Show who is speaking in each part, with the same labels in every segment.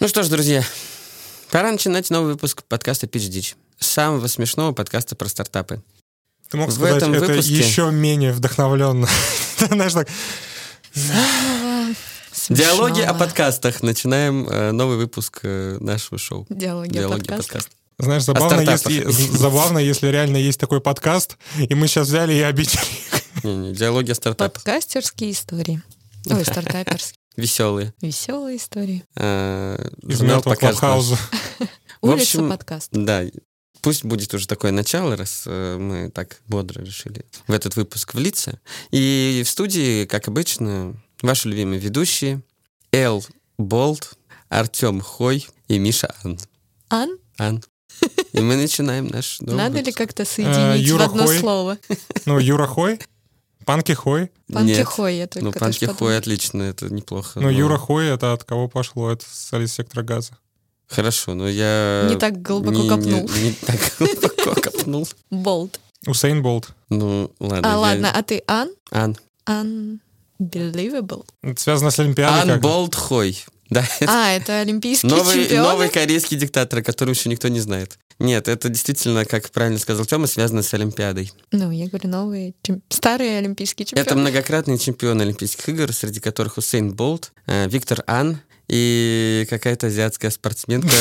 Speaker 1: Ну что ж, друзья, пора начинать новый выпуск подкаста Pitch Ditch. Самого смешного подкаста про стартапы.
Speaker 2: Ты мог
Speaker 1: В
Speaker 2: сказать,
Speaker 1: этом
Speaker 2: это
Speaker 1: выпуске-
Speaker 2: еще менее вдохновленно. Знаешь, так,
Speaker 1: Диалоги о
Speaker 3: Смешного.
Speaker 1: подкастах. Начинаем э, новый выпуск э, нашего шоу.
Speaker 3: Диалоги,
Speaker 1: Диалоги о
Speaker 3: подкаст.
Speaker 1: подкастах.
Speaker 2: знаешь, забавно
Speaker 1: стартапах.
Speaker 2: если, з- забавно, если реально есть такой подкаст, и мы сейчас взяли и обидели.
Speaker 1: Не-не, диалоги о стартапах.
Speaker 3: Подкастерские истории. Ой, стартаперские.
Speaker 1: Веселые. Э,
Speaker 3: Веселые истории.
Speaker 2: Из мертвого клабхауза.
Speaker 1: В
Speaker 3: Улица
Speaker 1: общем,
Speaker 3: подкаст.
Speaker 1: Да, пусть будет уже такое начало, раз э, мы так бодро решили в этот выпуск влиться. И в студии, как обычно, ваши любимые ведущие Эл Болт, Артем Хой и Миша Ан.
Speaker 3: Ан,
Speaker 1: Ан. И мы начинаем наш новый
Speaker 3: надо ли
Speaker 1: выпуск.
Speaker 3: как-то соединить в
Speaker 2: Э, Юра
Speaker 3: одно
Speaker 2: Хой.
Speaker 3: слово?
Speaker 2: Ну, Юра Хой, Панки Хой.
Speaker 3: Панки
Speaker 1: Нет.
Speaker 3: Хой, я только
Speaker 1: Ну,
Speaker 3: тоже
Speaker 1: Панки Хой
Speaker 3: подумала.
Speaker 1: отлично, это неплохо.
Speaker 2: Ну,
Speaker 1: но-
Speaker 2: Юра Хой — это от кого пошло? Это солист сектора газа.
Speaker 1: Хорошо, но я...
Speaker 3: Не так глубоко
Speaker 1: э, не- не-
Speaker 3: копнул.
Speaker 1: Не так глубоко копнул.
Speaker 3: Болт.
Speaker 2: Усейн Болт.
Speaker 1: Ну, ладно.
Speaker 3: А
Speaker 1: я-
Speaker 3: ладно, а ты Ан?
Speaker 1: Ан.
Speaker 3: Unbelievable.
Speaker 2: Это связано с Олимпиадой.
Speaker 1: Ан
Speaker 2: как-то.
Speaker 1: Болт Хой. Да,
Speaker 3: А, это олимпийские
Speaker 1: Новый, новый
Speaker 3: чемпионы?
Speaker 1: корейский диктатор, которого еще никто не знает. Нет, это действительно, как правильно сказал Тёма, связано с Олимпиадой.
Speaker 3: Ну, я говорю, новые, чем- старые олимпийские
Speaker 1: Это
Speaker 3: чемпионы.
Speaker 1: многократный чемпион Олимпийских игр, среди которых Хусейн Болт, э, Виктор Ан и какая-то азиатская спортсменка с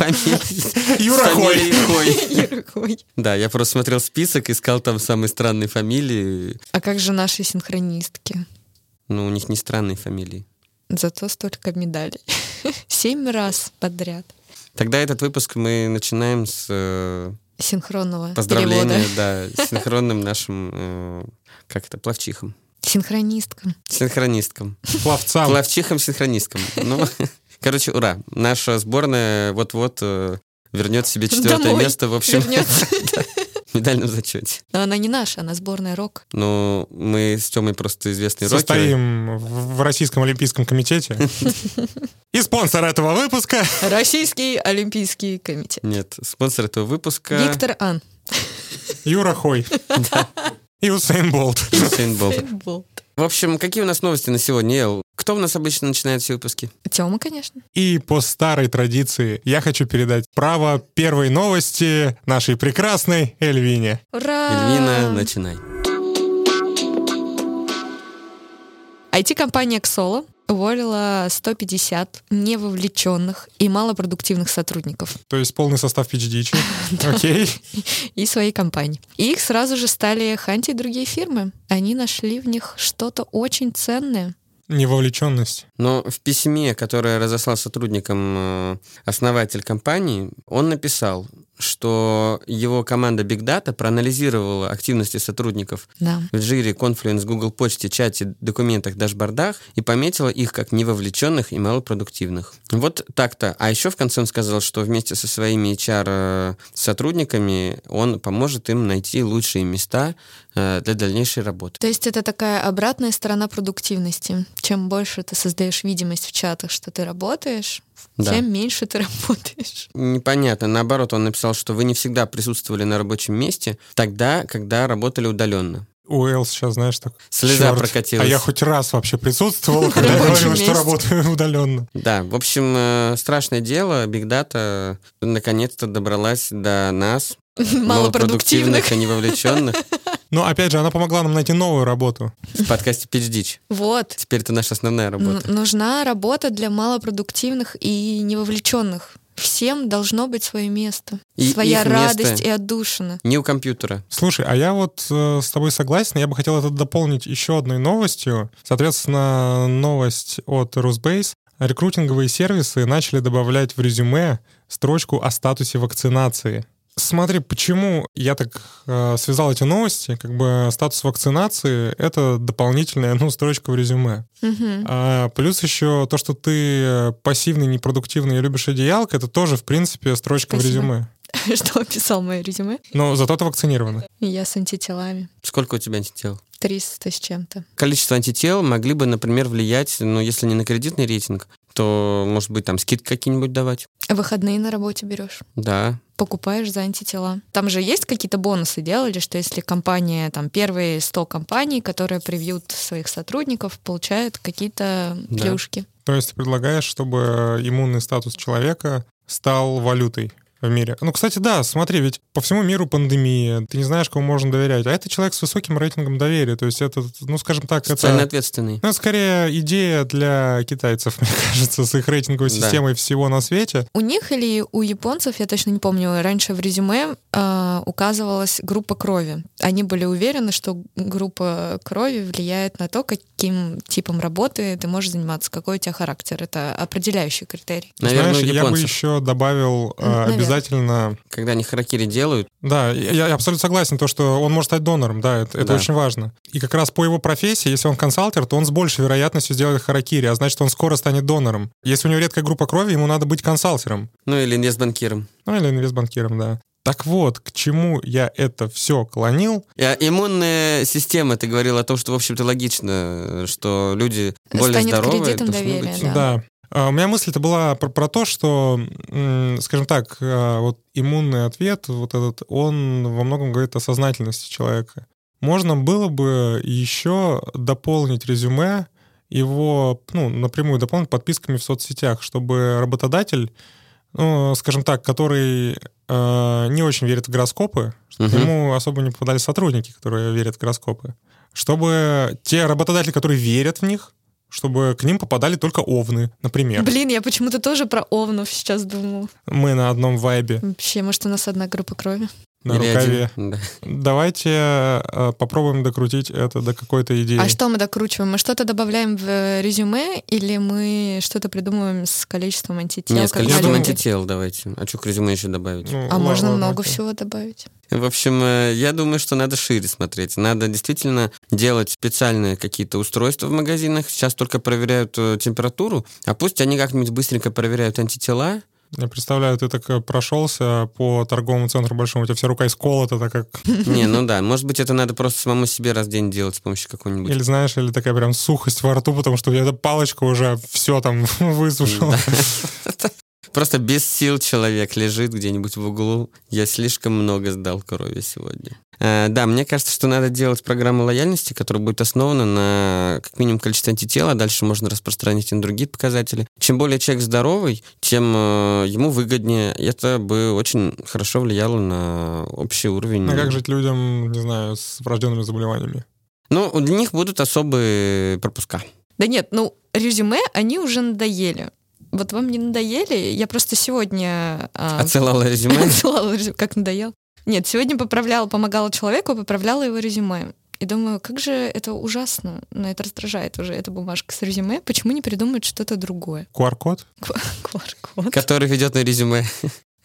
Speaker 1: фамилией-
Speaker 2: Юра
Speaker 1: с фамилией Хой.
Speaker 3: Юра Хой.
Speaker 1: Да, я просто смотрел список, искал там самые странные фамилии.
Speaker 3: А как же наши синхронистки?
Speaker 1: Ну, у них не странные фамилии.
Speaker 3: Зато столько медалей. Семь раз подряд.
Speaker 1: Тогда этот выпуск мы начинаем с э,
Speaker 3: Синхронного
Speaker 1: поздравления,
Speaker 3: перевода.
Speaker 1: да, с синхронным нашим, э, как это, плавчихам,
Speaker 3: Синхронистка.
Speaker 1: синхронисткам.
Speaker 2: Пловцам.
Speaker 1: Плавчихам-синхронисткам. Ну, короче, ура. Наша сборная вот-вот э, вернет себе четвертое
Speaker 3: Домой
Speaker 1: место в общем
Speaker 3: вернется.
Speaker 1: медальном зачете.
Speaker 3: Но она не наша, она сборная рок.
Speaker 1: Но мы с Тёмой просто известные рокеры.
Speaker 2: Состоим в в Российском Олимпийском комитете. И спонсор этого выпуска
Speaker 3: Российский Олимпийский комитет.
Speaker 1: Нет, спонсор этого выпуска
Speaker 3: Виктор Ан.
Speaker 2: — Юра Хой. И Усейн Болт.
Speaker 1: Usain Bolt.
Speaker 3: Болт.
Speaker 1: В общем, какие у нас новости на сегодня, Эл? Кто у нас обычно начинает все выпуски?
Speaker 3: Тема, конечно.
Speaker 2: И по старой традиции я хочу передать право первой новости нашей прекрасной Эльвине.
Speaker 3: Ура!
Speaker 1: Эльвина, начинай.
Speaker 3: IT-компания Xolo уволила 150 невовлеченных и малопродуктивных сотрудников
Speaker 2: То есть полный состав PhD. Окей.
Speaker 3: и своей компании. И их сразу же стали хантить другие фирмы. Они нашли в них что-то очень ценное.
Speaker 2: Невовлеченность.
Speaker 1: Но в письме, которое разослал сотрудникам э, основатель компании, он написал, что его команда Big Data проанализировала активности сотрудников
Speaker 3: Да.
Speaker 1: в Jira, Confluence, Google Почте, чате, документах, дашбордах и пометила их как невовлеченных и малопродуктивных. Вот так-то. А еще в конце он сказал, что вместе со своими HR-сотрудниками он поможет им найти лучшие места э, для дальнейшей работы.
Speaker 3: То есть это такая обратная сторона продуктивности. Чем больше ты создаешь видимость в чатах, что ты работаешь,
Speaker 1: Да.
Speaker 3: тем меньше ты работаешь.
Speaker 1: Непонятно. Наоборот, он написал, что вы не всегда присутствовали на рабочем месте тогда, когда работали удаленно.
Speaker 2: Уэлл сейчас, знаешь, так...
Speaker 1: Слеза
Speaker 2: «Чёрт,
Speaker 1: прокатилась.
Speaker 2: А я хоть раз вообще присутствовал, когда
Speaker 3: рабочем
Speaker 2: говорил,
Speaker 3: месте.
Speaker 2: что работаю удаленно.
Speaker 1: Да, в общем, э, страшное дело. Big Data наконец-то добралась до нас,
Speaker 3: Малопродуктивных.
Speaker 1: и невовлеченных
Speaker 2: Но, опять же, она помогла нам найти новую работу.
Speaker 1: в подкасте Pitch Ditch.
Speaker 3: Вот.
Speaker 1: Теперь это наша основная
Speaker 3: Н-
Speaker 1: работа.
Speaker 3: Нужна работа для малопродуктивных и невовлеченных. Всем должно быть свое место,
Speaker 1: И
Speaker 3: своя
Speaker 1: их место-
Speaker 3: радость и отдушина.
Speaker 1: Не у компьютера.
Speaker 2: Слушай, а я вот э, с тобой согласен, я бы хотел это дополнить еще одной новостью. Соответственно, новость от Русбейс. Рекрутинговые сервисы начали добавлять в резюме строчку о статусе вакцинации. Смотри, почему я так э, связал эти новости, как бы статус вакцинации — это дополнительная, ну, строчка в резюме.
Speaker 3: Мгм.
Speaker 2: А, плюс еще то, что ты э, пассивный, непродуктивный и любишь одеялко, это тоже, в принципе, строчка в
Speaker 3: Спасибо.
Speaker 2: резюме.
Speaker 1: А.
Speaker 3: Что описал мое резюме?
Speaker 2: Но зато ты вакцинирована.
Speaker 3: Я с антителами.
Speaker 1: Сколько у тебя антител?
Speaker 3: 300 с чем-то.
Speaker 1: Количество антител могли бы, например, влиять, ну, если не на кредитный рейтинг, то, может быть, там скидки какие-нибудь давать.
Speaker 3: Выходные на работе берешь.
Speaker 1: Да,
Speaker 3: покупаешь за антитела. Там же есть какие-то бонусы делали, что если компания, там первые 100 компаний, которые привьют своих сотрудников, получают какие-то
Speaker 1: Да.
Speaker 3: плюшки.
Speaker 2: То есть ты предлагаешь, чтобы иммунный статус человека стал валютой в мире. Ну, кстати, да, смотри, ведь по всему миру пандемия, ты не знаешь, кому можно доверять. А это человек с высоким рейтингом доверия, то есть это, ну, скажем так,
Speaker 1: социально
Speaker 2: это...
Speaker 1: ответственный.
Speaker 2: Ну, это скорее идея для китайцев, мне кажется, с их рейтинговой
Speaker 1: Да.
Speaker 2: системой всего на свете.
Speaker 3: У них или у японцев, я точно не помню, раньше в резюме э, указывалась группа крови. Они были уверены, что группа крови влияет на то, каким типом работы ты можешь заниматься, какой у тебя характер. Это определяющий критерий.
Speaker 1: Наверное, у
Speaker 2: Знаешь, я бы
Speaker 1: японцев,
Speaker 2: еще добавил э,
Speaker 3: Наверное.
Speaker 2: обязательно
Speaker 1: когда они харакири делают,
Speaker 2: Да, я, я абсолютно согласен, то, что он может стать донором, да, это, это
Speaker 1: Да.
Speaker 2: очень важно. И как раз по его профессии, если он консалтер, то он с большей вероятностью сделает харакири, а значит, он скоро станет донором. Если у него редкая группа крови, ему надо быть консалтером,
Speaker 1: ну или инвестбанкиром.
Speaker 2: ну или инвестбанкиром, да. Так вот, к чему я это все клонил?
Speaker 1: Э, Иммунная система, ты говорил о том, что, в общем-то, логично, э, что люди более
Speaker 3: Станет
Speaker 1: здоровые.
Speaker 3: кредитом
Speaker 1: должны
Speaker 3: доверия,
Speaker 1: быть.
Speaker 3: Да.
Speaker 2: Да. А, У меня мысль-то была про, про то, что, м, скажем так, а, вот иммунный ответ, вот этот, он во многом говорит о сознательности человека. Можно было бы еще дополнить резюме, его, ну, напрямую дополнить подписками в соцсетях, чтобы работодатель, ну, скажем так, который э, не очень верит в гороскопы,
Speaker 1: Мгм.
Speaker 2: Ему особо не попадали сотрудники, которые верят в гороскопы. Чтобы те работодатели, которые верят в них, чтобы к ним попадали только овны, например.
Speaker 3: Блин, я почему-то тоже про овнов сейчас думала.
Speaker 2: Мы на одном вайбе
Speaker 3: Вообще, может, у нас одна группа крови?
Speaker 2: на
Speaker 1: Или
Speaker 2: рукаве. Ну,
Speaker 1: один, да.
Speaker 2: Давайте э, попробуем докрутить это до какой-то идеи.
Speaker 3: А что мы докручиваем? Мы что-то добавляем в э, резюме или мы что-то придумываем с количеством антител?
Speaker 1: Нет, с
Speaker 3: как
Speaker 1: количеством
Speaker 2: думаю-
Speaker 3: маленькие?
Speaker 1: антител давайте. А что к резюме еще добавить?
Speaker 2: Ну,
Speaker 3: А
Speaker 2: ла-
Speaker 3: можно
Speaker 2: ладно,
Speaker 3: много
Speaker 2: окей.
Speaker 3: всего добавить.
Speaker 1: В общем, э, я думаю, что надо шире смотреть. Надо действительно делать специальные какие-то устройства в магазинах. Сейчас только проверяют э, температуру, а пусть они как-нибудь быстренько проверяют антитела.
Speaker 2: Я представляю, ты так э, прошелся по торговому центру большому, у тебя вся рука исколота, так как...
Speaker 1: Не, ну да, может быть, это надо просто самому себе раз в день делать с помощью какой-нибудь
Speaker 2: Или знаешь, или такая прям сухость во рту, потому что у тебя эта палочка уже все там высушила.
Speaker 1: Просто без сил человек лежит где-нибудь в углу. Я слишком много сдал крови сегодня. Э, Да, мне кажется, что надо делать программу лояльности, которая будет основана на как минимум количестве антитела, а дальше можно распространить и на другие показатели. Чем более человек здоровый, тем э, ему выгоднее. И Это бы очень хорошо влияло на общий уровень.
Speaker 2: Ну как жить людям, не знаю, с врожденными заболеваниями?
Speaker 1: Ну, для них будут особые пропуска.
Speaker 3: Да нет, ну резюме они уже надоели. Вот вам не надоели? Я просто сегодня а,
Speaker 1: Отсылала резюме.
Speaker 3: отсылала резю- как надоел. Нет, сегодня поправляла, помогала человеку, поправляла его резюме. И думаю, как же это ужасно, но это раздражает уже эта бумажка с резюме. Почему не придумать что-то другое?
Speaker 2: QR-код?
Speaker 3: QR-код.
Speaker 1: который ведет на резюме.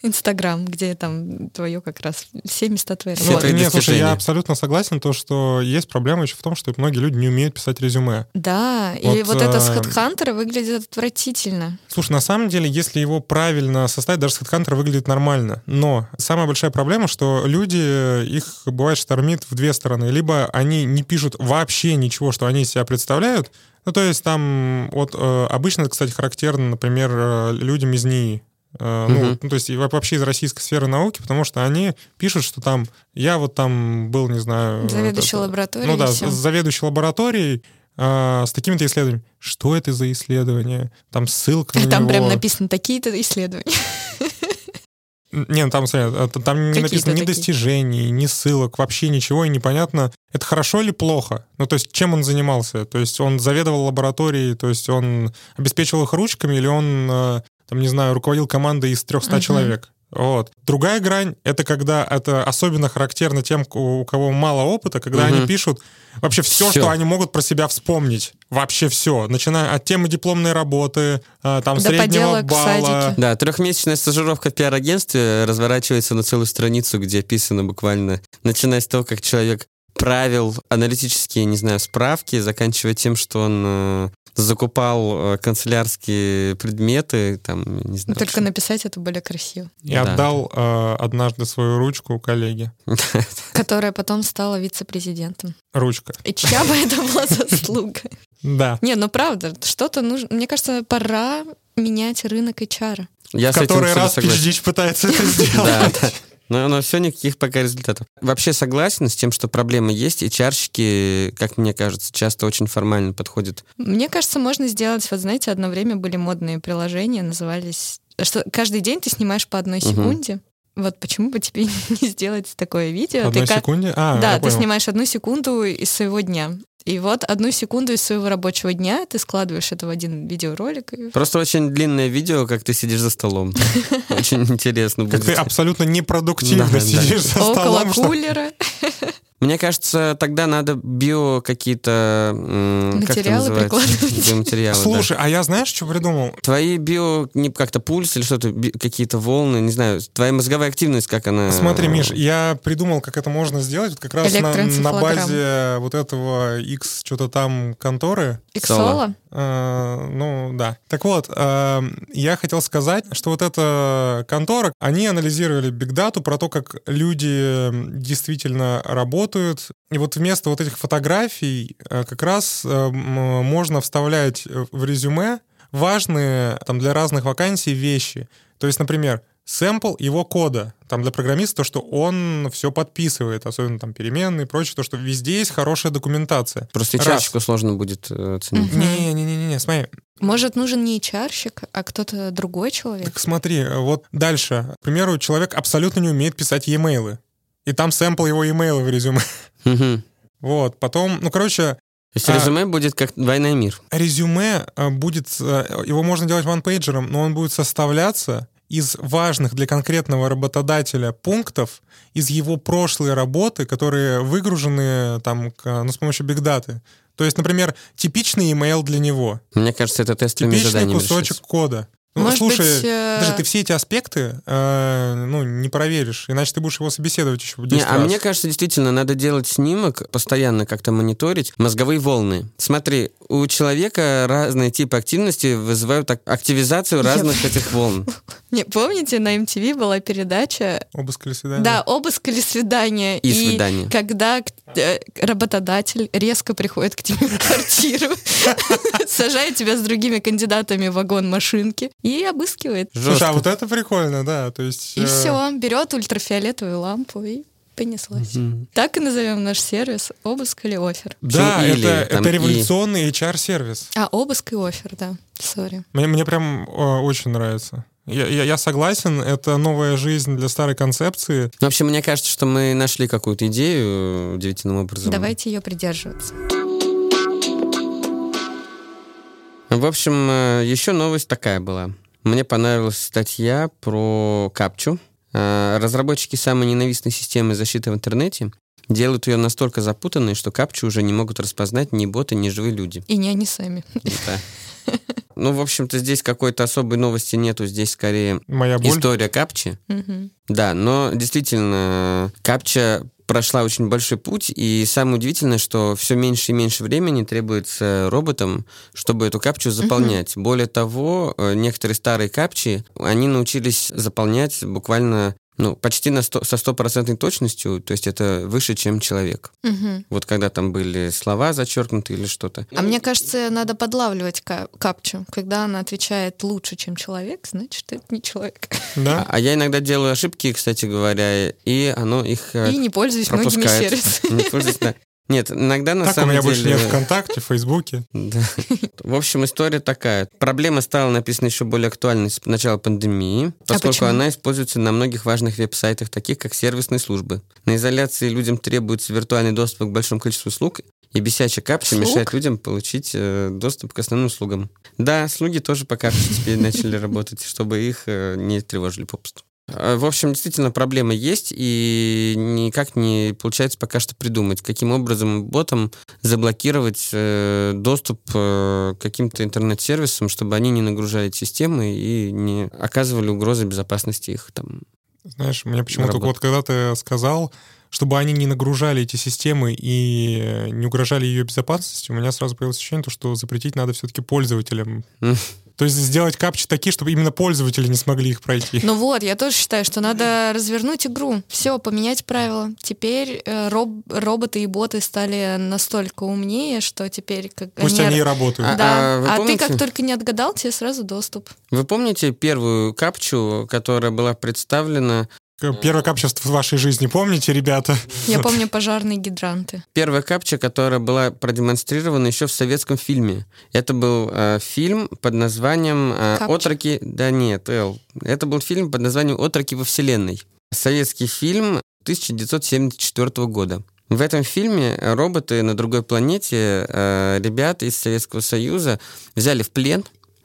Speaker 3: Инстаграм, где там твое как раз все места твоей
Speaker 1: Все
Speaker 3: работы.
Speaker 1: твои
Speaker 2: Нет, слушай,
Speaker 1: достижения.
Speaker 2: я абсолютно согласен, то, что есть проблема еще в том, что многие люди не умеют писать резюме.
Speaker 3: Да,
Speaker 2: Вот,
Speaker 3: и вот это с
Speaker 2: э,
Speaker 3: Хэдхантера выглядит отвратительно.
Speaker 2: Слушай, на самом деле, если его правильно составить, даже Headhunter выглядит нормально. Но самая большая проблема, что люди, их бывает штормит в две стороны. Либо они не пишут вообще ничего, что они из себя представляют. Ну, то есть там вот э, обычно, это, кстати, характерно, например, э, людям из НИИ. Э, ну,
Speaker 1: Мгм.
Speaker 2: ну, то есть и во- вообще из российской сферы науки, потому что они пишут, что там я вот там был, не знаю...
Speaker 3: Заведующий
Speaker 2: э, это-
Speaker 3: лабораторией.
Speaker 2: Ну да,
Speaker 3: и всё.
Speaker 2: з- заведующий лабораторией а, с такими-то исследованиями. Что это за исследование? Там ссылка на
Speaker 3: Там
Speaker 2: него.
Speaker 3: прям написано такие-то исследования.
Speaker 2: Н- Не, ну там, смотри, а, т- там не
Speaker 3: Какие-то
Speaker 2: написано ни
Speaker 3: такие.
Speaker 2: достижений, ни ссылок, вообще ничего, и непонятно, это хорошо или плохо. Ну, то есть, чем он занимался? То есть, он заведовал лабораторией, то есть, он обеспечивал их ручками, или он, э, там, не знаю, руководил командой из 300
Speaker 3: Мгм.
Speaker 2: человек? Вот. Другая грань — это когда это особенно характерно тем, ку- у кого мало опыта, когда
Speaker 1: Мгм.
Speaker 2: они пишут вообще все,
Speaker 1: Всё.
Speaker 2: что они могут про себя вспомнить. Вообще все. Начиная от темы дипломной работы, э, там,
Speaker 3: До
Speaker 2: среднего
Speaker 3: поделок в
Speaker 2: балла.
Speaker 3: садике.
Speaker 1: Да, трехмесячная стажировка в пиар-агентстве разворачивается на целую страницу, где описано буквально, начиная с того, как человек правил аналитические, не знаю, справки, заканчивая тем, что он э, закупал э, канцелярские предметы, там, не
Speaker 3: Ну,
Speaker 1: знаю.
Speaker 3: Только написать это более красиво.
Speaker 2: И
Speaker 1: Да.
Speaker 2: отдал э, однажды свою ручку коллеге.
Speaker 3: Которая потом стала вице-президентом.
Speaker 2: Ручка.
Speaker 3: И чья бы это была заслуга?
Speaker 2: Да.
Speaker 3: Не, ну правда, что-то нужно... Мне кажется, пора менять рынок HR.
Speaker 1: Я
Speaker 2: В
Speaker 1: с этим
Speaker 2: который
Speaker 1: абсолютно
Speaker 2: раз
Speaker 1: согласен.
Speaker 2: PGDich пытается это сделать.
Speaker 1: Да, да. Но, но все никаких пока результатов. Вообще согласен с тем, что проблемы есть, и чарщики, как мне кажется, часто очень формально подходят.
Speaker 3: Мне кажется, можно сделать, вот знаете, одно время были модные приложения, назывались... Что каждый день ты снимаешь по одной
Speaker 1: Мгм.
Speaker 3: секунде. Вот почему бы тебе не сделать такое видео?
Speaker 2: Одной
Speaker 3: Ты ка-
Speaker 2: секунде? А,
Speaker 3: да,
Speaker 2: я
Speaker 3: ты
Speaker 2: понял.
Speaker 3: снимаешь одну секунду из своего дня. И вот одну секунду из своего рабочего дня ты складываешь это в один видеоролик. и-
Speaker 1: Просто очень длинное видео, как ты сидишь за столом. Очень интересно
Speaker 2: Как ты
Speaker 1: будет.
Speaker 2: абсолютно непродуктивно
Speaker 1: Да, да.
Speaker 2: сидишь за
Speaker 3: Около
Speaker 2: столом. что-
Speaker 3: кулера.
Speaker 1: Мне кажется, тогда надо био какие-то... м, как это
Speaker 3: Материалы
Speaker 1: называется?
Speaker 3: прикладывать.
Speaker 1: Биоматериалы, да.
Speaker 2: Слушай, а я знаешь, что придумал?
Speaker 1: Твои био, не как-то пульс или что-то, би- какие-то волны, не знаю, твоя мозговая активность, как она... э,
Speaker 2: Смотри, Миш, я придумал, как это можно сделать, вот как раз на, на
Speaker 3: Электроэнцефалограмма.
Speaker 2: базе вот этого X что-то там конторы.
Speaker 3: Иксола.
Speaker 2: Э, ну да. Так вот, э, я хотел сказать, что вот эта контора, они анализировали бигдату про то, как люди эм, действительно работают. И вот вместо вот этих фотографий э, как раз э, м, можно вставлять в резюме важные там для разных вакансий вещи. То есть, например, сэмпл его кода. Там для программиста то, что он все подписывает, особенно там переменные и прочее, то, что везде есть хорошая документация.
Speaker 1: Просто
Speaker 2: Раз.
Speaker 1: чарщику сложно будет э, оценить.
Speaker 3: Мгм.
Speaker 2: Не-не-не-не, смотри,
Speaker 3: Может, нужен не чарщик, а кто-то другой человек?
Speaker 2: Так смотри, вот дальше. К примеру, человек абсолютно не умеет писать e-mail. И там сэмпл его e-mail в резюме.
Speaker 1: Мгм.
Speaker 2: Вот, потом, ну, короче,
Speaker 1: То есть
Speaker 2: А.
Speaker 1: резюме будет как двойной мир.
Speaker 2: резюме э, будет, э, его можно делать ванпейджером, но он будет составляться из важных для конкретного работодателя пунктов из его прошлой работы, которые выгружены там к, э, ну, с помощью бигдаты. То есть, например, типичный e-mail для него,
Speaker 1: Мне кажется, это тестовыми
Speaker 2: типичный
Speaker 1: заданиями
Speaker 2: кусочек
Speaker 1: решается.
Speaker 2: кода. Ну,
Speaker 3: Может
Speaker 2: слушай,
Speaker 3: быть, э,
Speaker 2: Даже ты все эти аспекты э, ну, не проверишь, иначе ты будешь его собеседовать еще 10
Speaker 1: Не, а
Speaker 2: раз.
Speaker 1: мне кажется, действительно, надо делать снимок, постоянно как-то мониторить мозговые волны. Смотри, у человека разные типы активности вызывают ак- активизацию
Speaker 3: Я
Speaker 1: разных этих волн.
Speaker 3: Не, помните, на MTV была передача
Speaker 2: Обыск или свидание?
Speaker 3: Да, обыск или свидание.
Speaker 1: И свидание.
Speaker 3: Когда к- э, работодатель резко приходит к тебе в квартиру, сажает тебя с другими кандидатами в вагон машинки и обыскивает.
Speaker 2: Слушай, а
Speaker 1: Жестко.
Speaker 2: вот это прикольно, да. То есть,
Speaker 3: И
Speaker 2: э,
Speaker 3: все, берет ультрафиолетовую лампу и понеслась.
Speaker 1: Мгм.
Speaker 3: Так и назовем наш сервис обыск или офер.
Speaker 2: Да,
Speaker 1: Или
Speaker 2: это,
Speaker 1: там
Speaker 2: это
Speaker 1: и-
Speaker 2: революционный HR-сервис.
Speaker 3: А, обыск и офер, да. Сори.
Speaker 2: Мне, мне прям э, очень нравится. Я, я- я согласен, это новая жизнь для старой концепции.
Speaker 1: Ну, Вообще, мне кажется, что мы нашли какую-то идею э, удивительным образом.
Speaker 3: Давайте ее придерживаться.
Speaker 1: В общем, э, еще новость такая была. Мне понравилась статья про капчу. Э, Разработчики самой ненавистной системы защиты в интернете делают ее настолько запутанной, что капчу уже не могут распознать ни боты, ни живые люди.
Speaker 3: И не они сами.
Speaker 1: Да. Ну, в общем-то, здесь какой-то особой новости нету. Здесь скорее
Speaker 2: Моя боль.
Speaker 1: история капчи.
Speaker 3: Мгм.
Speaker 1: Да, но действительно, капча прошла очень большой путь, и самое удивительное, что все меньше и меньше времени требуется роботам, чтобы эту капчу заполнять. Более того, э, некоторые старые капчи, они научились заполнять буквально, ну, почти на сто- со стопроцентной точностью, то есть это выше, чем человек.
Speaker 3: Мгм.
Speaker 1: Вот когда там были слова зачеркнуты или что-то.
Speaker 3: А мне кажется, надо подлавливать ка- капчу. Когда она отвечает лучше, чем человек, значит, это не человек.
Speaker 1: А,
Speaker 2: Да?
Speaker 1: а я иногда делаю ошибки, кстати говоря, и оно их э,
Speaker 3: И не пользуюсь многими
Speaker 1: пропускает.
Speaker 3: сервисами.
Speaker 1: Не пользуюсь, да. Нет, иногда на
Speaker 2: так у
Speaker 1: самом
Speaker 2: меня
Speaker 1: деле...
Speaker 2: больше нет ВКонтакте, Фейсбуке.
Speaker 1: Да. В общем, история такая. Проблема стала написана еще более актуальной с начала пандемии, поскольку
Speaker 3: почему?
Speaker 1: она используется на многих важных веб-сайтах, таких как сервисные службы. На изоляции людям требуется виртуальный доступ к большому количеству услуг, и бесячая капча
Speaker 3: Слуг?
Speaker 1: мешает людям получить э, доступ к основным услугам. Да, слуги тоже по капче теперь начали работать, чтобы их э, не тревожили попусту. Э, В общем, действительно, проблема есть, и никак не получается пока что придумать, каким образом ботам заблокировать э, доступ э, к каким-то интернет-сервисам, чтобы они не нагружали системы и не оказывали угрозы безопасности их там.
Speaker 2: Знаешь, мне почему-то
Speaker 1: Работа.
Speaker 2: вот когда ты сказал, чтобы они не нагружали эти системы и не угрожали ее безопасности, у меня сразу появилось ощущение, то, что запретить надо все-таки пользователям. То есть сделать капчи такие, чтобы именно пользователи не смогли их пройти.
Speaker 3: Ну вот, я тоже считаю, что надо развернуть игру. Все, поменять правила. Теперь э, роб- роботы и боты стали настолько умнее, что теперь как
Speaker 2: Пусть они и работают.
Speaker 1: А-
Speaker 3: Да.
Speaker 1: а вы
Speaker 3: А, ты
Speaker 1: помните-
Speaker 3: как только не отгадал, тебе сразу доступ.
Speaker 1: Вы помните первую капчу, которая была представлена?
Speaker 2: Первое капча в вашей жизни, помните, ребята?
Speaker 3: Я помню пожарные гидранты.
Speaker 1: Первая капча, которая была продемонстрирована еще в советском фильме. Это был э, фильм под названием э,
Speaker 3: Капча?
Speaker 1: «Отроки...» Да нет, Эл. Это был фильм под названием «Отроки во вселенной». Советский фильм 1974 года. В этом фильме роботы на другой планете э, ребят из Советского Союза взяли в плен,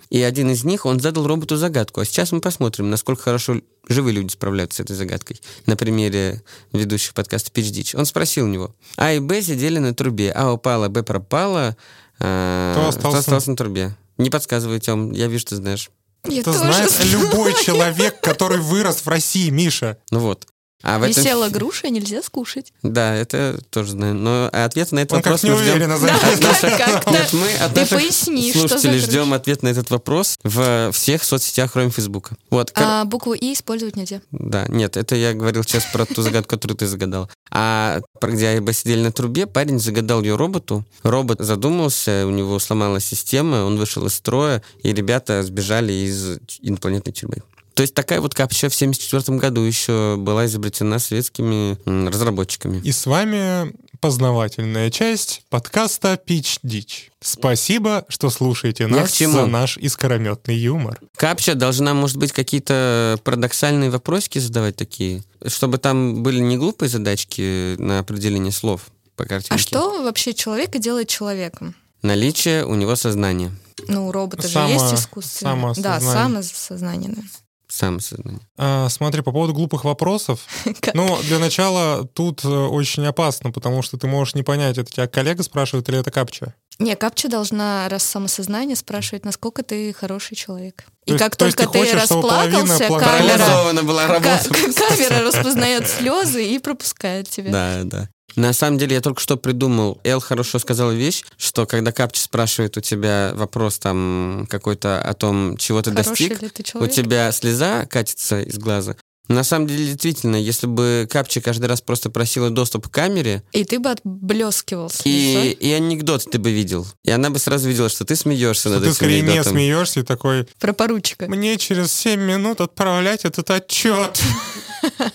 Speaker 1: и один из них, он задал роботу загадку. А сейчас мы посмотрим, насколько хорошо живые люди справляются с этой загадкой. На примере ведущих подкаста Pitch Ditch. Он спросил у него. А и Б сидели на трубе. А упала, Б пропала. э,
Speaker 2: Кто остался?
Speaker 1: на трубе? Не подсказывай, Тём, я вижу, ты знаешь.
Speaker 3: Я
Speaker 2: Это
Speaker 3: тоже
Speaker 2: знает
Speaker 3: знаю.
Speaker 2: любой человек, который вырос в России, Миша.
Speaker 1: Ну вот. А в этом
Speaker 3: Висела
Speaker 1: фи-
Speaker 3: груша, нельзя скушать.
Speaker 1: Да, это тоже знаю. Но ответ на этот
Speaker 2: Он
Speaker 1: вопрос
Speaker 2: как не
Speaker 1: мы ждем.
Speaker 2: уверенно
Speaker 3: Да,
Speaker 2: заметил.
Speaker 1: Наша-
Speaker 3: как-то.
Speaker 1: Нет, мы от
Speaker 3: Ты
Speaker 1: наших
Speaker 3: поясни, что за
Speaker 1: слушателей
Speaker 3: груша.
Speaker 1: ждем ответ на этот вопрос в всех соцсетях, кроме Фейсбука. Вот, кор-
Speaker 3: А букву «и» использовать нельзя.
Speaker 1: Да, нет, это я говорил сейчас про ту загадку, которую ты загадал. А про где бы сидели на трубе, парень загадал ее роботу. Робот задумался, у него сломалась система, он вышел из строя, и ребята сбежали из инопланетной тюрьмы. То есть такая вот капча в 1974 году еще была изобретена советскими м, разработчиками.
Speaker 2: И с вами познавательная часть подкаста Пич Дич. Спасибо, что слушаете
Speaker 1: Я
Speaker 2: нас
Speaker 1: к чему?
Speaker 2: за наш искрометный юмор.
Speaker 1: Капча должна, может быть, какие-то парадоксальные вопросики задавать такие, чтобы там были не глупые задачки на определение слов по картинке.
Speaker 3: А что вообще человека делает человеком?
Speaker 1: Наличие у него сознания.
Speaker 3: Ну, у робота же
Speaker 2: Само-
Speaker 3: есть искусственное. Да,
Speaker 2: самоосознание.
Speaker 3: самосознание. да.
Speaker 1: Самосознание.
Speaker 2: А, смотри, по поводу глупых вопросов.
Speaker 3: Как?
Speaker 2: Ну, для начала тут э, очень опасно, потому что ты можешь не понять, это тебя коллега спрашивает или это капча.
Speaker 3: Не, капча должна, раз самосознание, спрашивать, насколько ты хороший человек.
Speaker 2: То
Speaker 3: И
Speaker 2: есть-
Speaker 3: как
Speaker 2: то есть
Speaker 3: только
Speaker 2: ты
Speaker 3: ты
Speaker 2: хочешь, чтобы половина
Speaker 3: расплакался,
Speaker 2: плакала?
Speaker 3: камера...
Speaker 1: Парализована была
Speaker 3: ка-
Speaker 1: работа.
Speaker 3: камера распознает слезы и пропускает тебя.
Speaker 1: Да, да. На самом деле, я только что придумал. Эл хорошо сказала вещь, что когда Капчи спрашивает у тебя вопрос там какой-то о том, чего ты
Speaker 3: Хороший
Speaker 1: достиг,
Speaker 3: ли ты
Speaker 1: у
Speaker 3: человек?
Speaker 1: тебя слеза катится из глаза. На самом деле, действительно, если бы Капчи каждый раз просто просила доступ к камере,
Speaker 3: И ты бы отблескивал
Speaker 1: и,
Speaker 3: слезой.
Speaker 1: и анекдот ты бы видел. И она бы сразу видела, что ты смеешься
Speaker 2: Что
Speaker 1: над
Speaker 2: ты
Speaker 1: этим
Speaker 2: скорее не
Speaker 1: анекдотом.
Speaker 2: смеешься и такой,
Speaker 3: Про поручика.
Speaker 2: мне через 7 минут отправлять этот отчет.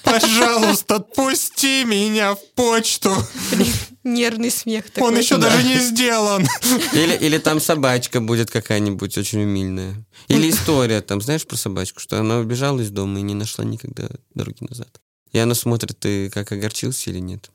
Speaker 2: Пожалуйста, отпусти меня в почту.
Speaker 3: Нервный смех такой.
Speaker 2: Он еще даже не сделан.
Speaker 1: Или, или там собачка будет какая-нибудь очень умильная. Или история там, знаешь, про собачку, что она убежала из дома и не нашла никогда дороги назад. И она смотрит, ты как огорчился или нет.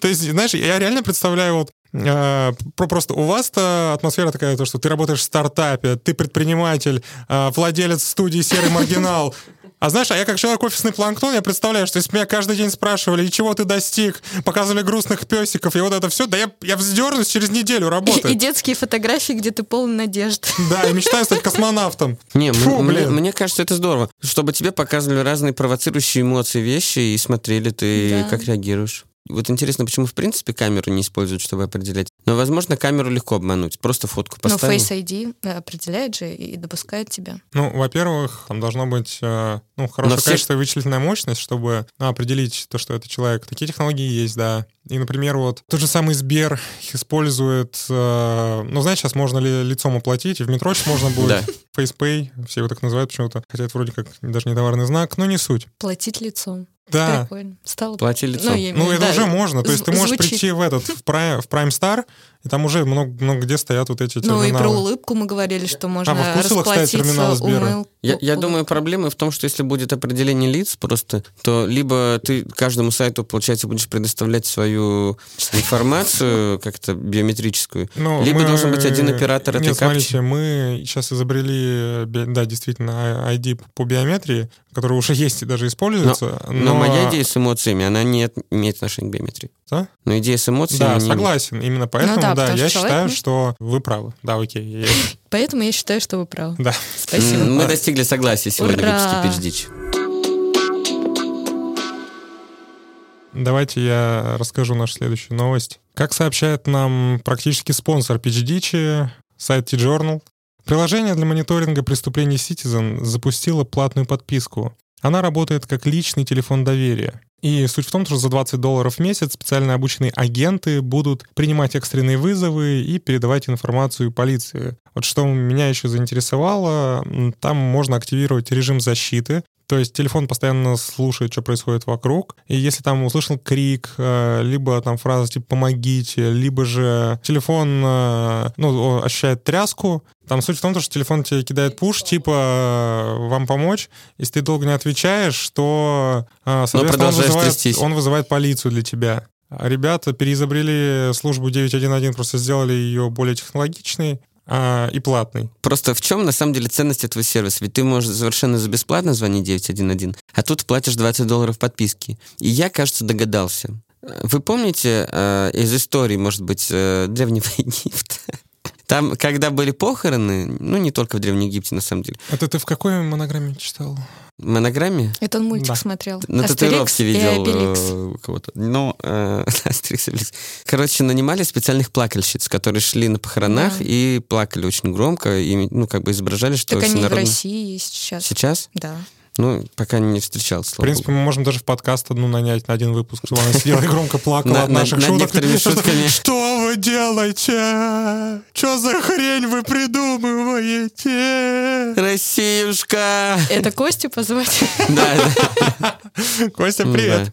Speaker 2: То есть, знаешь, я реально представляю вот э, про- просто у вас-то атмосфера такая, то, что ты работаешь в стартапе, ты предприниматель, э, владелец студии «Серый маргинал». А знаешь, а я как человек офисный планктон, я представляю, что если бы меня каждый день спрашивали, и чего ты достиг, показывали грустных песиков и вот это все, да я, я вздернусь через неделю
Speaker 3: И, и
Speaker 2: работы.
Speaker 3: детские фотографии, где ты полон надежд.
Speaker 2: Да, и мечтаю стать космонавтом.
Speaker 1: Не, м-
Speaker 2: Фу,
Speaker 1: мне,
Speaker 2: блин.
Speaker 1: мне кажется, это здорово. Чтобы тебе показывали разные провоцирующие эмоции вещи и смотрели ты,
Speaker 3: Да.
Speaker 1: как реагируешь. Вот интересно, почему в принципе камеру не используют, чтобы определять. Но, возможно, камеру легко обмануть. Просто фотку
Speaker 3: Но
Speaker 1: поставил.
Speaker 3: Face ID э, определяет же и допускает тебя.
Speaker 2: Ну, во-первых, там должно быть э, ну, хорошее
Speaker 1: Но все-
Speaker 2: качество и вычислительная мощность, чтобы ну, определить то, что это человек. Такие технологии есть, да. И, например, вот тот же самый Сбер их использует... э, ну, знаешь, сейчас можно ли лицом оплатить, и в метро сейчас можно будет
Speaker 1: Да.
Speaker 2: FacePay, все его так называют почему-то, хотя это вроде как даже не товарный знак, но не суть.
Speaker 3: Платить лицом.
Speaker 2: Да.
Speaker 3: Прикольно. Стало...
Speaker 1: Плати А. лицом.
Speaker 3: я
Speaker 2: Ну,
Speaker 3: имею-
Speaker 2: это
Speaker 3: да.
Speaker 2: уже можно. То есть ты можешь
Speaker 3: звучит.
Speaker 2: прийти в этот, в, Prime, в Prime Star, и там уже много, много где стоят вот эти
Speaker 3: Ну
Speaker 2: терминалы.
Speaker 3: и про улыбку мы говорили, что можно
Speaker 2: А,
Speaker 3: э,
Speaker 2: во вкусило, кстати, терминал
Speaker 3: расплатиться
Speaker 2: Сбера.
Speaker 3: умыл.
Speaker 1: Я, я думаю, проблема в том, что если будет определение лиц просто, то либо ты каждому сайту, получается, будешь предоставлять свою информацию как-то биометрическую,
Speaker 2: Ну,
Speaker 1: либо
Speaker 2: мы-
Speaker 1: должен быть один оператор этой
Speaker 2: Нет,
Speaker 1: капчи.
Speaker 2: смотрите, мы сейчас изобрели, э, би- да, действительно, I- ID по биометрии, который уже есть и даже используется. Но,
Speaker 1: Но моя идея с эмоциями, она не от- имеет отношения к биометрии.
Speaker 2: Да?
Speaker 1: Но идея с эмоциями...
Speaker 2: Да,
Speaker 1: не имеет.
Speaker 2: согласен. Именно поэтому,
Speaker 3: Ну да,
Speaker 2: да,
Speaker 3: потому
Speaker 2: я
Speaker 3: что человек
Speaker 2: считаю,
Speaker 3: может-
Speaker 2: что вы правы. Да, окей. я-
Speaker 3: Поэтому я считаю, что вы правы.
Speaker 2: Да.
Speaker 3: Спасибо.
Speaker 1: М, Мы достигли согласия сегодня
Speaker 3: Ура!
Speaker 1: в выпуске Pitch Дичь.
Speaker 2: Давайте я расскажу нашу следующую новость. Как сообщает нам практически спонсор PitchDitch, сайт T-Journal, Приложение для мониторинга преступлений Citizen запустило платную подписку. Она работает как личный телефон доверия. И суть в том, что за 20 долларов в месяц специально обученные агенты будут принимать экстренные вызовы и передавать информацию полиции. Вот что меня еще заинтересовало, там можно активировать режим защиты, то есть телефон постоянно слушает, что происходит вокруг. И если там услышал крик, э, либо там фраза типа «помогите», либо же телефон ну, ощущает тряску, там суть в том, что телефон тебе кидает пуш, типа «вам помочь», если ты долго не отвечаешь, то, э, соответственно, он вызывает, трястись. он вызывает полицию для тебя. Ребята переизобрели службу 911, просто сделали ее более технологичной а, и платный.
Speaker 1: Просто в чем на самом деле ценность этого сервиса? Ведь ты можешь совершенно за бесплатно звонить 911, а тут платишь 20 долларов подписки. И я, кажется, догадался. Вы помните э, из истории, может быть, э, Древнего Египта? Там, когда были похороны, ну, не только в Древнем Египте, на самом деле.
Speaker 2: Это ты в какой монограмме читал?
Speaker 1: монограмме.
Speaker 3: Это он мультик да. смотрел.
Speaker 1: На Астерикс татуировке видел э, у кого-то. Ну, э, Астерикс и Обеликс. Короче, нанимали специальных плакальщиц, которые шли на похоронах да. и плакали очень громко, и, ну, как бы изображали, что...
Speaker 3: Так они народно... в России есть сейчас.
Speaker 1: Сейчас?
Speaker 3: Да.
Speaker 1: Ну, пока не встречал,
Speaker 2: В принципе, Богу. мы можем даже в подкаст одну нанять на один выпуск, чтобы она сидела и громко плакала от наших шуток. Что вы делаете? Что за хрень вы придумываете?
Speaker 1: Россиюшка!
Speaker 3: Это Костю позвать?
Speaker 1: Да,
Speaker 2: Костя, привет! А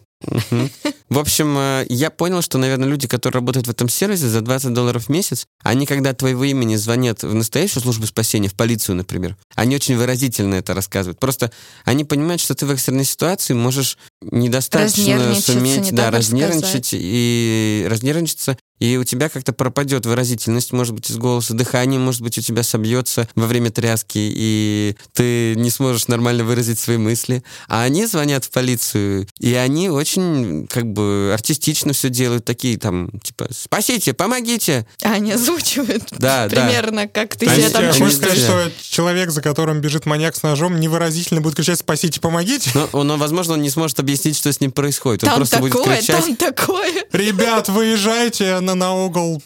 Speaker 1: В общем, э, я понял, что, наверное, люди, которые работают в этом сервисе за 20 долларов в месяц, они, когда от твоего имени звонят в настоящую службу спасения, в полицию, например, они очень выразительно это рассказывают. Просто они понимают, что ты в экстренной ситуации можешь недостаточно суметь не да, разнервничать сказать. и разнервничаться, и у тебя как-то пропадет выразительность, может быть, из голоса, дыхание, может быть, у тебя собьется во время тряски, и ты не сможешь нормально выразить свои мысли. А они звонят в полицию, и они очень, как бы, артистично все делают, такие там, типа, спасите, помогите!
Speaker 3: А они озвучивают
Speaker 1: да,
Speaker 3: примерно, да. как ты они, себя там
Speaker 2: чувствуешь. сказать, что человек, за которым бежит маньяк с ножом, невыразительно будет кричать «спасите, помогите!»
Speaker 1: Но, но возможно, он не сможет объяснить, что с ним происходит. Он
Speaker 3: там
Speaker 1: просто
Speaker 3: такое,
Speaker 1: будет кричать...
Speaker 3: там такое!
Speaker 2: Ребят, выезжайте! на, на угол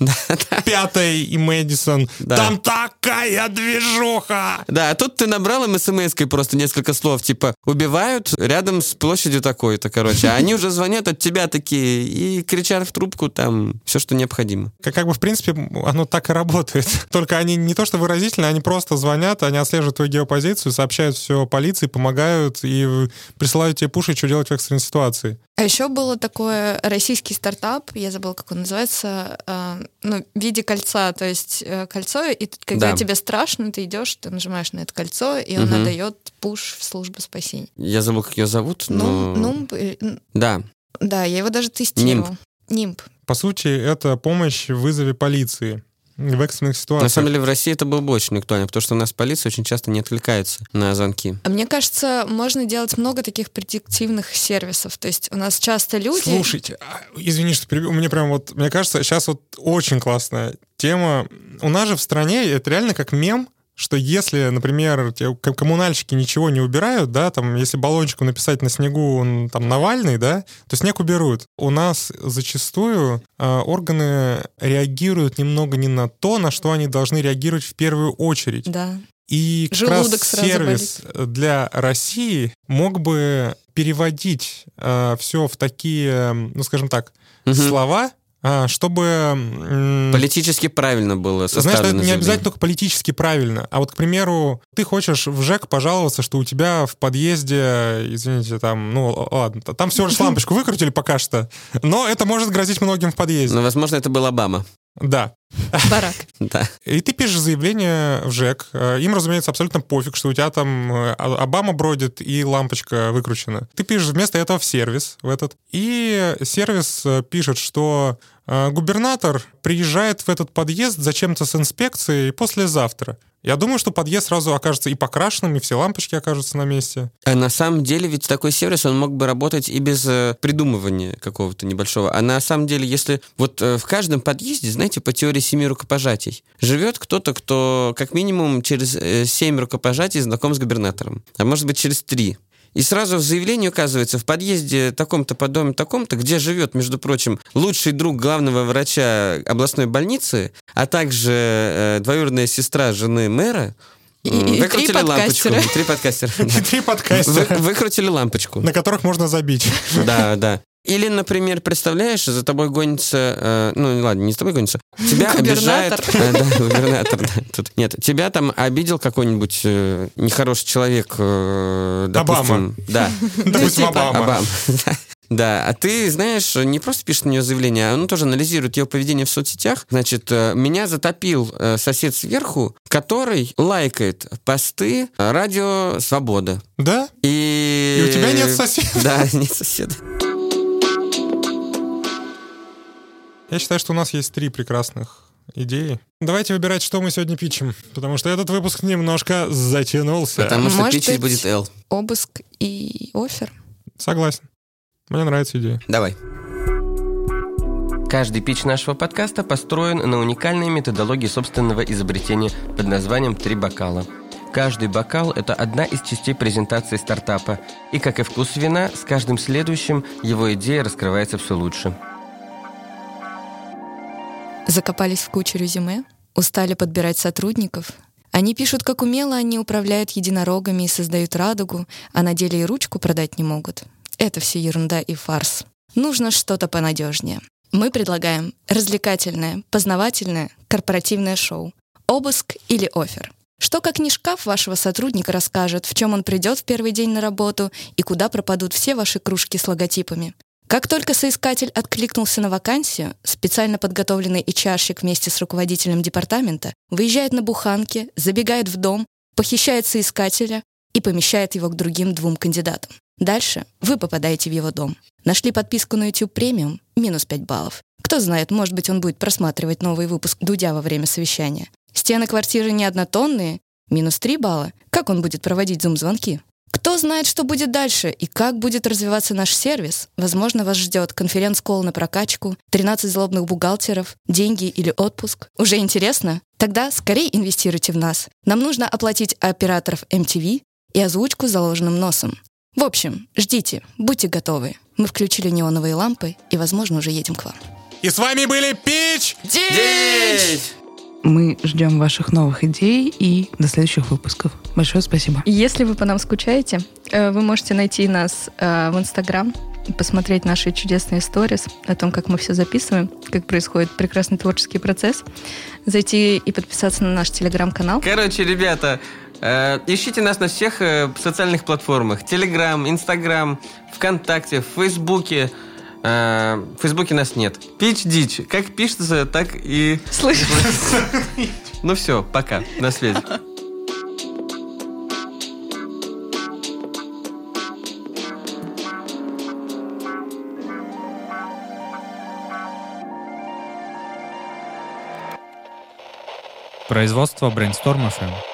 Speaker 2: пятой и Мэдисон. Да. Там такая движуха!
Speaker 1: Да, а тут ты набрал им смс просто несколько слов, типа, убивают рядом с площадью такой-то, короче. А они уже звонят от тебя такие и кричат в трубку там все, что необходимо.
Speaker 2: Как, как бы, в принципе, оно так и работает. Только они не то что выразительно, они просто звонят, они отслеживают твою геопозицию, сообщают все полиции, помогают и присылают тебе пуши, что делать в экстренной ситуации.
Speaker 3: А еще было такое российский стартап, я забыла, как он называется, э, ну, в виде кольца, то есть э, кольцо, и когда да. тебе страшно, ты идешь, ты нажимаешь на это кольцо, и угу. оно дает пуш в службу спасения.
Speaker 1: Я забыл, как ее зовут, но...
Speaker 3: Нумб?
Speaker 1: Нумб? Да.
Speaker 3: Да, я его даже тестировал.
Speaker 1: Нимб. Нимб.
Speaker 2: По сути, это помощь в вызове полиции в экстренных ситуациях.
Speaker 1: На самом деле в России это было бы очень актуально, потому что у нас полиция очень часто не откликается на звонки.
Speaker 3: Мне кажется, можно делать много таких предиктивных сервисов. То есть у нас часто люди...
Speaker 2: Слушайте, а, извини, что перебил. Мне прям вот, мне кажется, сейчас вот очень классная тема. У нас же в стране это реально как мем, что если, например, коммунальщики ничего не убирают, да, там, если баллончику написать на снегу, он там Навальный, да, то снег уберут. У нас зачастую э, органы реагируют немного не на то, на что они должны реагировать в первую очередь.
Speaker 3: Да.
Speaker 2: И как Желудок раз сервис болит. для России мог бы переводить э, все в такие, ну, скажем так, угу. слова, э, чтобы...
Speaker 1: Политически правильно было
Speaker 2: Знаешь, ну, это не обязательно только политически правильно. А вот, к примеру, ты хочешь в ЖЭК пожаловаться, что у тебя в подъезде, извините, там, ну ладно, там всего лишь лампочку выкрутили пока что, но это может грозить многим в подъезде.
Speaker 1: Но, Ну, возможно, это был Обама.
Speaker 2: Да.
Speaker 3: Барак.
Speaker 1: Да.
Speaker 2: И ты пишешь заявление в ЖЭК. Э, Им, разумеется, абсолютно пофиг, что у тебя там э, а, Обама бродит и лампочка выкручена. Ты пишешь вместо этого в сервис, в этот. И сервис э, пишет, что э, губернатор приезжает в этот подъезд зачем-то с инспекцией послезавтра. Я думаю, что подъезд сразу окажется и покрашенным, и все лампочки окажутся на месте.
Speaker 1: А на самом деле ведь такой сервис, он мог бы работать и без э, придумывания какого-то небольшого. А на самом деле, если вот э, в каждом подъезде, знаете, по теории семи рукопожатий, живет кто-то, кто как минимум через э, семь рукопожатий знаком с губернатором, а может быть через три. И сразу в заявлении указывается, в подъезде таком-то по доме таком-то, где живет, между прочим, лучший друг главного врача областной больницы, а также э, двоюродная сестра жены мэра,
Speaker 3: И-
Speaker 1: м,
Speaker 3: и- и три
Speaker 1: выкрутили лампочку.
Speaker 3: подкастера.
Speaker 1: Три подкастера.
Speaker 2: И три подкаста,
Speaker 1: Вы- Выкрутили лампочку.
Speaker 2: на которых можно забить.
Speaker 1: Да, да. Или, например, представляешь, за тобой гонится, э, ну ладно, не за тобой гонится, тебя обижает,
Speaker 3: Губернатор.
Speaker 1: э, да, губернатор, да, тут. нет, тебя там обидел какой-нибудь э, нехороший человек, э, допустим, да,
Speaker 2: Допустим,
Speaker 3: типа,
Speaker 2: Ну, Обама.
Speaker 1: Обам. Да, а ты, знаешь, не просто пишешь на нее заявление, а он тоже анализирует ее поведение в соцсетях. Значит, э, меня затопил э, сосед сверху, который лайкает посты э, радио «Свобода».
Speaker 2: Да?
Speaker 1: И...
Speaker 2: И у тебя нет соседа.
Speaker 1: Да, нет соседа.
Speaker 2: Я считаю, что у нас есть три прекрасных идеи. Давайте выбирать, что мы сегодня пичем, потому что этот выпуск немножко затянулся.
Speaker 1: Потому что
Speaker 3: Может
Speaker 1: пичить
Speaker 3: быть.
Speaker 1: будет Л.
Speaker 3: Обыск и офер.
Speaker 2: Согласен. Мне нравится идея.
Speaker 1: Давай.
Speaker 4: Каждый пич нашего подкаста построен на уникальной методологии собственного изобретения под названием «Три бокала». Каждый бокал – это одна из частей презентации стартапа. И, как и вкус вина, с каждым следующим его идея раскрывается все лучше.
Speaker 3: Закопались в кучу резюме, устали подбирать сотрудников. Они пишут, как умело они управляют единорогами и создают радугу, а на деле и ручку продать не могут. Это все ерунда и фарс. Нужно что-то понадежнее. Мы предлагаем развлекательное, познавательное, корпоративное шоу. Обыск или офер. Что как не шкаф вашего сотрудника расскажет, в чем он придет в первый день на работу и куда пропадут все ваши кружки с логотипами. Как только соискатель откликнулся на вакансию, специально подготовленный HR-щик вместе с руководителем департамента выезжает на буханке, забегает в дом, похищает соискателя и помещает его к другим двум кандидатам. Дальше вы попадаете в его дом. Нашли подписку на YouTube премиум минус 5 баллов. Кто знает, может быть, он будет просматривать новый выпуск Дудя во время совещания. Стены квартиры не однотонные, минус 3 балла. Как он будет проводить зум-звонки? Кто знает, что будет дальше и как будет развиваться наш сервис? Возможно, вас ждет конференц-колл на прокачку, 13 злобных бухгалтеров, деньги или отпуск. Уже интересно? Тогда скорее инвестируйте в нас. Нам нужно оплатить операторов MTV и озвучку с заложенным носом. В общем, ждите, будьте готовы. Мы включили неоновые лампы и, возможно, уже едем к вам.
Speaker 2: И с вами были Пич!
Speaker 5: Мы ждем ваших новых идей и до следующих выпусков. Большое спасибо.
Speaker 6: Если вы по нам скучаете, э, вы можете найти нас э, в Инстаграм, и посмотреть наши чудесные сторис о том, как мы все записываем, как происходит прекрасный творческий процесс, зайти и подписаться на наш Телеграм-канал.
Speaker 4: Короче, ребята, э, ищите нас на всех э, социальных платформах. Телеграм, Инстаграм, ВКонтакте, в Фейсбуке. Э, в Фейсбуке нас нет. Пич-дич. Как пишется, так и...
Speaker 6: Слышь,
Speaker 4: Ну все, пока. На связи.
Speaker 7: Производство Brainstorm FM.